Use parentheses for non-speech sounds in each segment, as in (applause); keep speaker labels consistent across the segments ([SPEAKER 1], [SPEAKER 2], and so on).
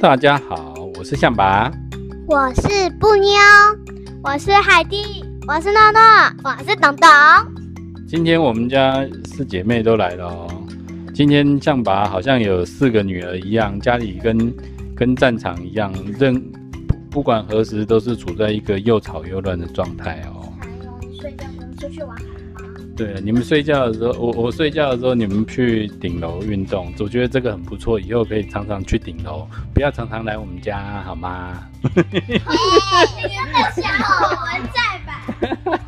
[SPEAKER 1] 大家好，我是象拔，
[SPEAKER 2] 我是布妞，我是海蒂，我是诺诺，我是董董。
[SPEAKER 1] 今天我们家四姐妹都来了哦。今天象拔好像有四个女儿一样，家里跟跟战场一样，任不管何时都是处在一个又吵又乱的状态哦。
[SPEAKER 2] 还有你睡 (laughs) 觉能出去玩好吗？
[SPEAKER 1] 对了，你们睡觉的时候，我我睡觉的时候，你们去顶楼运动，我觉得这个很不错，以后可以常常去顶楼，不要常常来我们家好吗？
[SPEAKER 2] 你真的想我们在吧？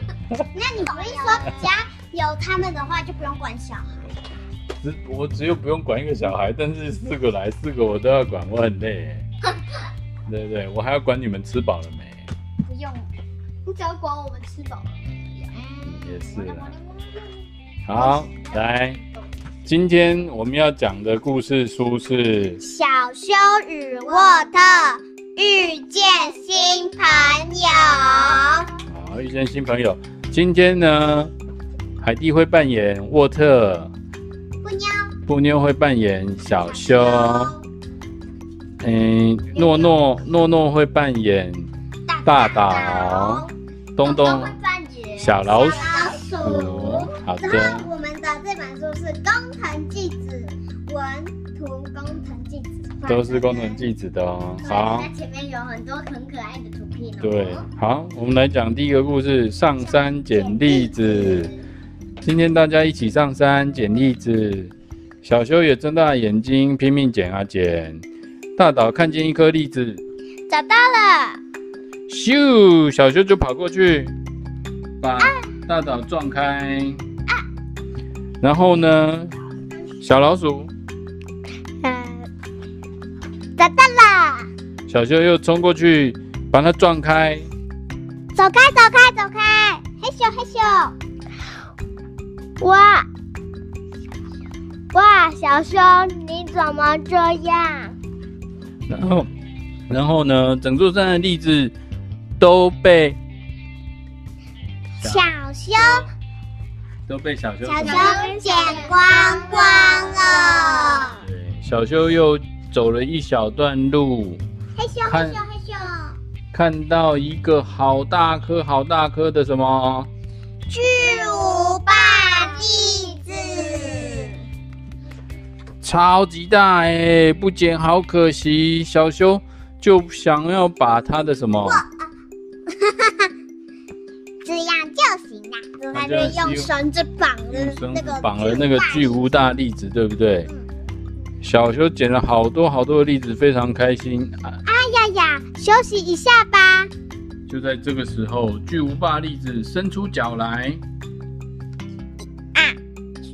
[SPEAKER 2] (laughs) 那你我一说家有他们的话，就不用管小孩。
[SPEAKER 1] 只我只有不用管一个小孩，但是四个来四个我都要管，我很累
[SPEAKER 2] (laughs)
[SPEAKER 1] 耶。对不对，我还要管你们吃饱了没，
[SPEAKER 2] 不用，你只要管我们吃饱了。
[SPEAKER 1] 也是啦。好，来，今天我们要讲的故事书是
[SPEAKER 2] 小修与沃特遇见新朋友，
[SPEAKER 1] 好遇见新朋友。今天呢，海蒂会扮演沃特，
[SPEAKER 2] 布妞，
[SPEAKER 1] 布妞会扮演小修，嗯，诺诺诺诺会扮演大岛，东东
[SPEAKER 2] 会扮演
[SPEAKER 1] 小老鼠。
[SPEAKER 2] 鼠
[SPEAKER 1] 嗯好
[SPEAKER 2] 然
[SPEAKER 1] 的，
[SPEAKER 2] 后我们的这本书是工藤纪子文图，工藤纪子
[SPEAKER 1] 都是工藤。纪子的哦。
[SPEAKER 2] 对
[SPEAKER 1] 好
[SPEAKER 2] 它，前面有很多很可爱的图片哦。
[SPEAKER 1] 对，好，我们来讲第一个故事：上山捡栗子。今天大家一起上山捡栗子，小修也睁大眼睛拼命捡啊捡。大岛看见一颗栗子，
[SPEAKER 2] 找到了，
[SPEAKER 1] 咻，小修就跑过去，把大岛撞开。然后呢，小老鼠
[SPEAKER 2] 嗯，找到了，
[SPEAKER 1] 小修又冲过去，把它撞开。
[SPEAKER 2] 走开，走开，走开，嘿咻嘿咻，哇哇，小熊你怎么这样？
[SPEAKER 1] 然后，然后呢，整座山的栗子都被
[SPEAKER 2] 小熊，
[SPEAKER 1] 都被小修
[SPEAKER 2] 小熊捡光光了。
[SPEAKER 1] 对，小修又走了一小段路，
[SPEAKER 2] 嘿咻嘿
[SPEAKER 1] 看
[SPEAKER 2] 咻嘿咻，
[SPEAKER 1] 看到一个好大颗、好大颗的什么？
[SPEAKER 2] 巨无霸栗子，
[SPEAKER 1] 超级大哎、不捡好可惜。小修就想要把它的什么？
[SPEAKER 2] 这样就行啦。然后他就用绳子绑
[SPEAKER 1] 用
[SPEAKER 2] 着
[SPEAKER 1] 绳
[SPEAKER 2] 那
[SPEAKER 1] 子
[SPEAKER 2] 个
[SPEAKER 1] 绑了那个巨无霸栗子，对不对
[SPEAKER 2] 嗯？
[SPEAKER 1] 小修捡了好多好多的栗子，非常开心啊！
[SPEAKER 2] 霸哎呀，休息一下吧。
[SPEAKER 1] 就在这个时候，巨无霸栗子伸出脚来，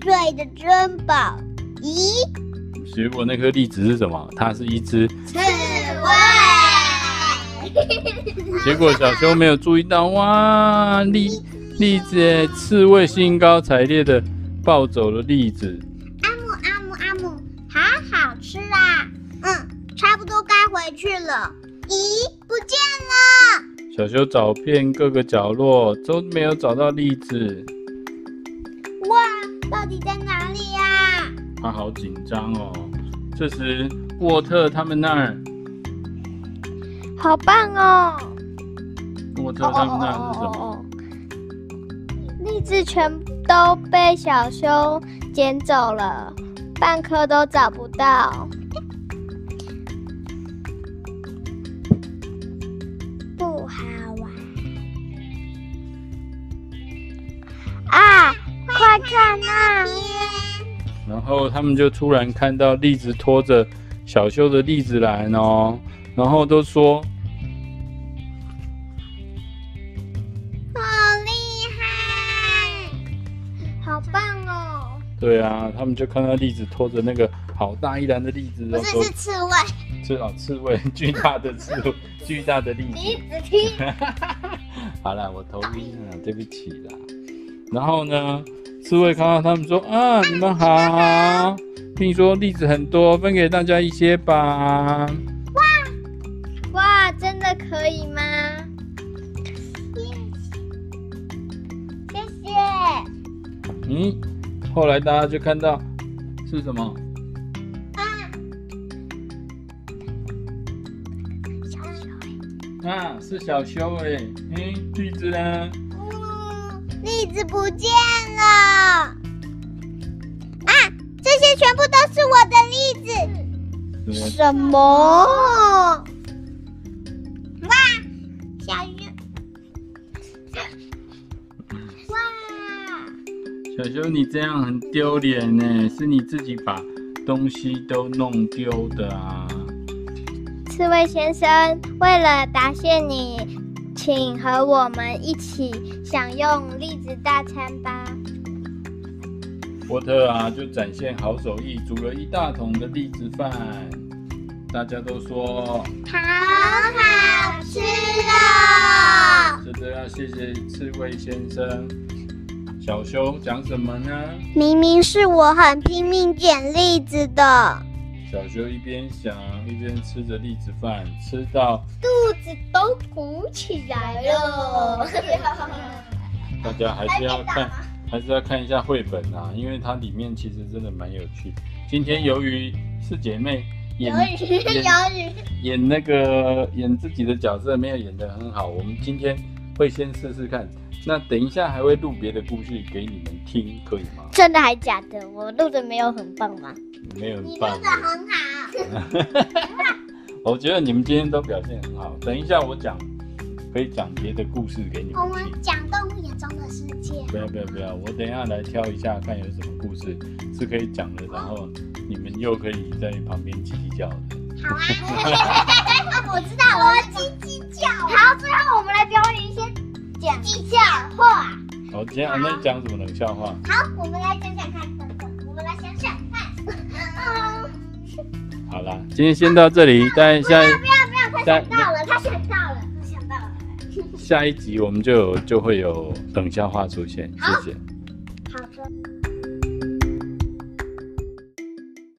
[SPEAKER 2] 睡得真饱。咦，
[SPEAKER 1] 结果那颗栗子是什么？它是一只
[SPEAKER 2] 刺猬，
[SPEAKER 1] 结果小修没有注意到，哇，栗栗子耶，刺猬兴高采烈的抱走了栗子。
[SPEAKER 2] 阿姆阿姆阿姆，好好吃啊。嗯，差不多该回去了。咦，不见了。
[SPEAKER 1] 小修找遍各个角落，都没有找到栗子，
[SPEAKER 2] 哇，到底在哪里呀、
[SPEAKER 1] 他好紧张哦。这时，沃特他们那儿，
[SPEAKER 3] 好棒哦！
[SPEAKER 1] 沃特他们那儿是什么？
[SPEAKER 3] 哦栗子全都被小修捡走了，半颗都找不到。
[SPEAKER 2] 不好玩。
[SPEAKER 3] 啊，快看啊！
[SPEAKER 1] 然后他们就突然看到栗子拖着小修的栗子篮哦，然后都说
[SPEAKER 2] 好厉害！
[SPEAKER 3] 好棒哦！
[SPEAKER 1] 对啊，他们就看到栗子拖着那个好大一篮的栗子，
[SPEAKER 2] 不
[SPEAKER 1] 都
[SPEAKER 2] 是
[SPEAKER 1] 说
[SPEAKER 2] 是刺猬，
[SPEAKER 1] 刺哦，刺猬， (laughs) 巨大的刺猬，巨大的栗
[SPEAKER 2] 你
[SPEAKER 1] 子。
[SPEAKER 2] 只听。
[SPEAKER 1] (laughs) 好啦，我头晕了，对不起啦。然后呢，刺猬看到他们说啊，你们好，并说栗子很多，分给大家一些吧。
[SPEAKER 3] 哇，真的可以吗？
[SPEAKER 2] 谢谢。
[SPEAKER 1] 嗯，后来
[SPEAKER 2] 啊
[SPEAKER 1] 大家就看到是什么？
[SPEAKER 3] 哎
[SPEAKER 1] 啊，是小修哎、嗯，栗子呢？
[SPEAKER 2] 嗯，栗子不见了。啊，这些全部都是我的栗子。
[SPEAKER 1] 是不是
[SPEAKER 3] 什么？
[SPEAKER 2] 哦，哇，小鱼。哇，
[SPEAKER 1] 小修，你这样很丢脸呢，是你自己把东西都弄丢的啊！
[SPEAKER 3] 刺猬先生，为了答谢你，请和我们一起享用栗子大餐吧。
[SPEAKER 1] 波特啊，就展现好手艺，煮了一大桶的栗子饭，大家都说
[SPEAKER 2] 好好吃哦！
[SPEAKER 1] 真的要谢谢刺猬先生。小修讲什么呢？
[SPEAKER 2] 明明是我很拼命捡栗子的，
[SPEAKER 1] 小修一边想一边吃着栗子饭，吃到
[SPEAKER 3] 肚子都鼓起来了。 (laughs)
[SPEAKER 1] 大家还是要看，还是要看一下绘本啊，因为它里面其实真的蛮有趣。今天由于四姐妹演
[SPEAKER 2] (laughs)
[SPEAKER 1] 演
[SPEAKER 2] 鱼。
[SPEAKER 1] 演那个演自己的角色没有演得很好，我们今天会先试试看。那等一下还会录别的故事给你们听，可以吗？
[SPEAKER 3] 真的还假的？我录的没有很棒吗？
[SPEAKER 1] 没有很
[SPEAKER 2] 你
[SPEAKER 1] 棒
[SPEAKER 2] 弄。得很好。
[SPEAKER 1] 我觉得你们今天都表现很好。等一下我讲，可以讲别的故事给你
[SPEAKER 2] 我
[SPEAKER 1] 们
[SPEAKER 2] 们
[SPEAKER 1] 听。
[SPEAKER 2] 讲动物眼中的世界。
[SPEAKER 1] 不要不要不要，我等一下来挑一下看有什么故事是可以讲的，然后你们又可以在旁边叽叽叫的。
[SPEAKER 2] 好啊，我知道，我叽叽叫。好，最后我们来表演一些讲技巧话。
[SPEAKER 1] 好，今天我们讲什么冷笑话？
[SPEAKER 2] 好，我们来讲讲看，等等，我们来想想看。嗯，
[SPEAKER 1] 好啦，今天先到这里，但下
[SPEAKER 2] 不要不要，他想到了，他想到了，他想到了。
[SPEAKER 1] 下一集我们就有就会有冷笑话出现，谢谢。
[SPEAKER 2] 好的。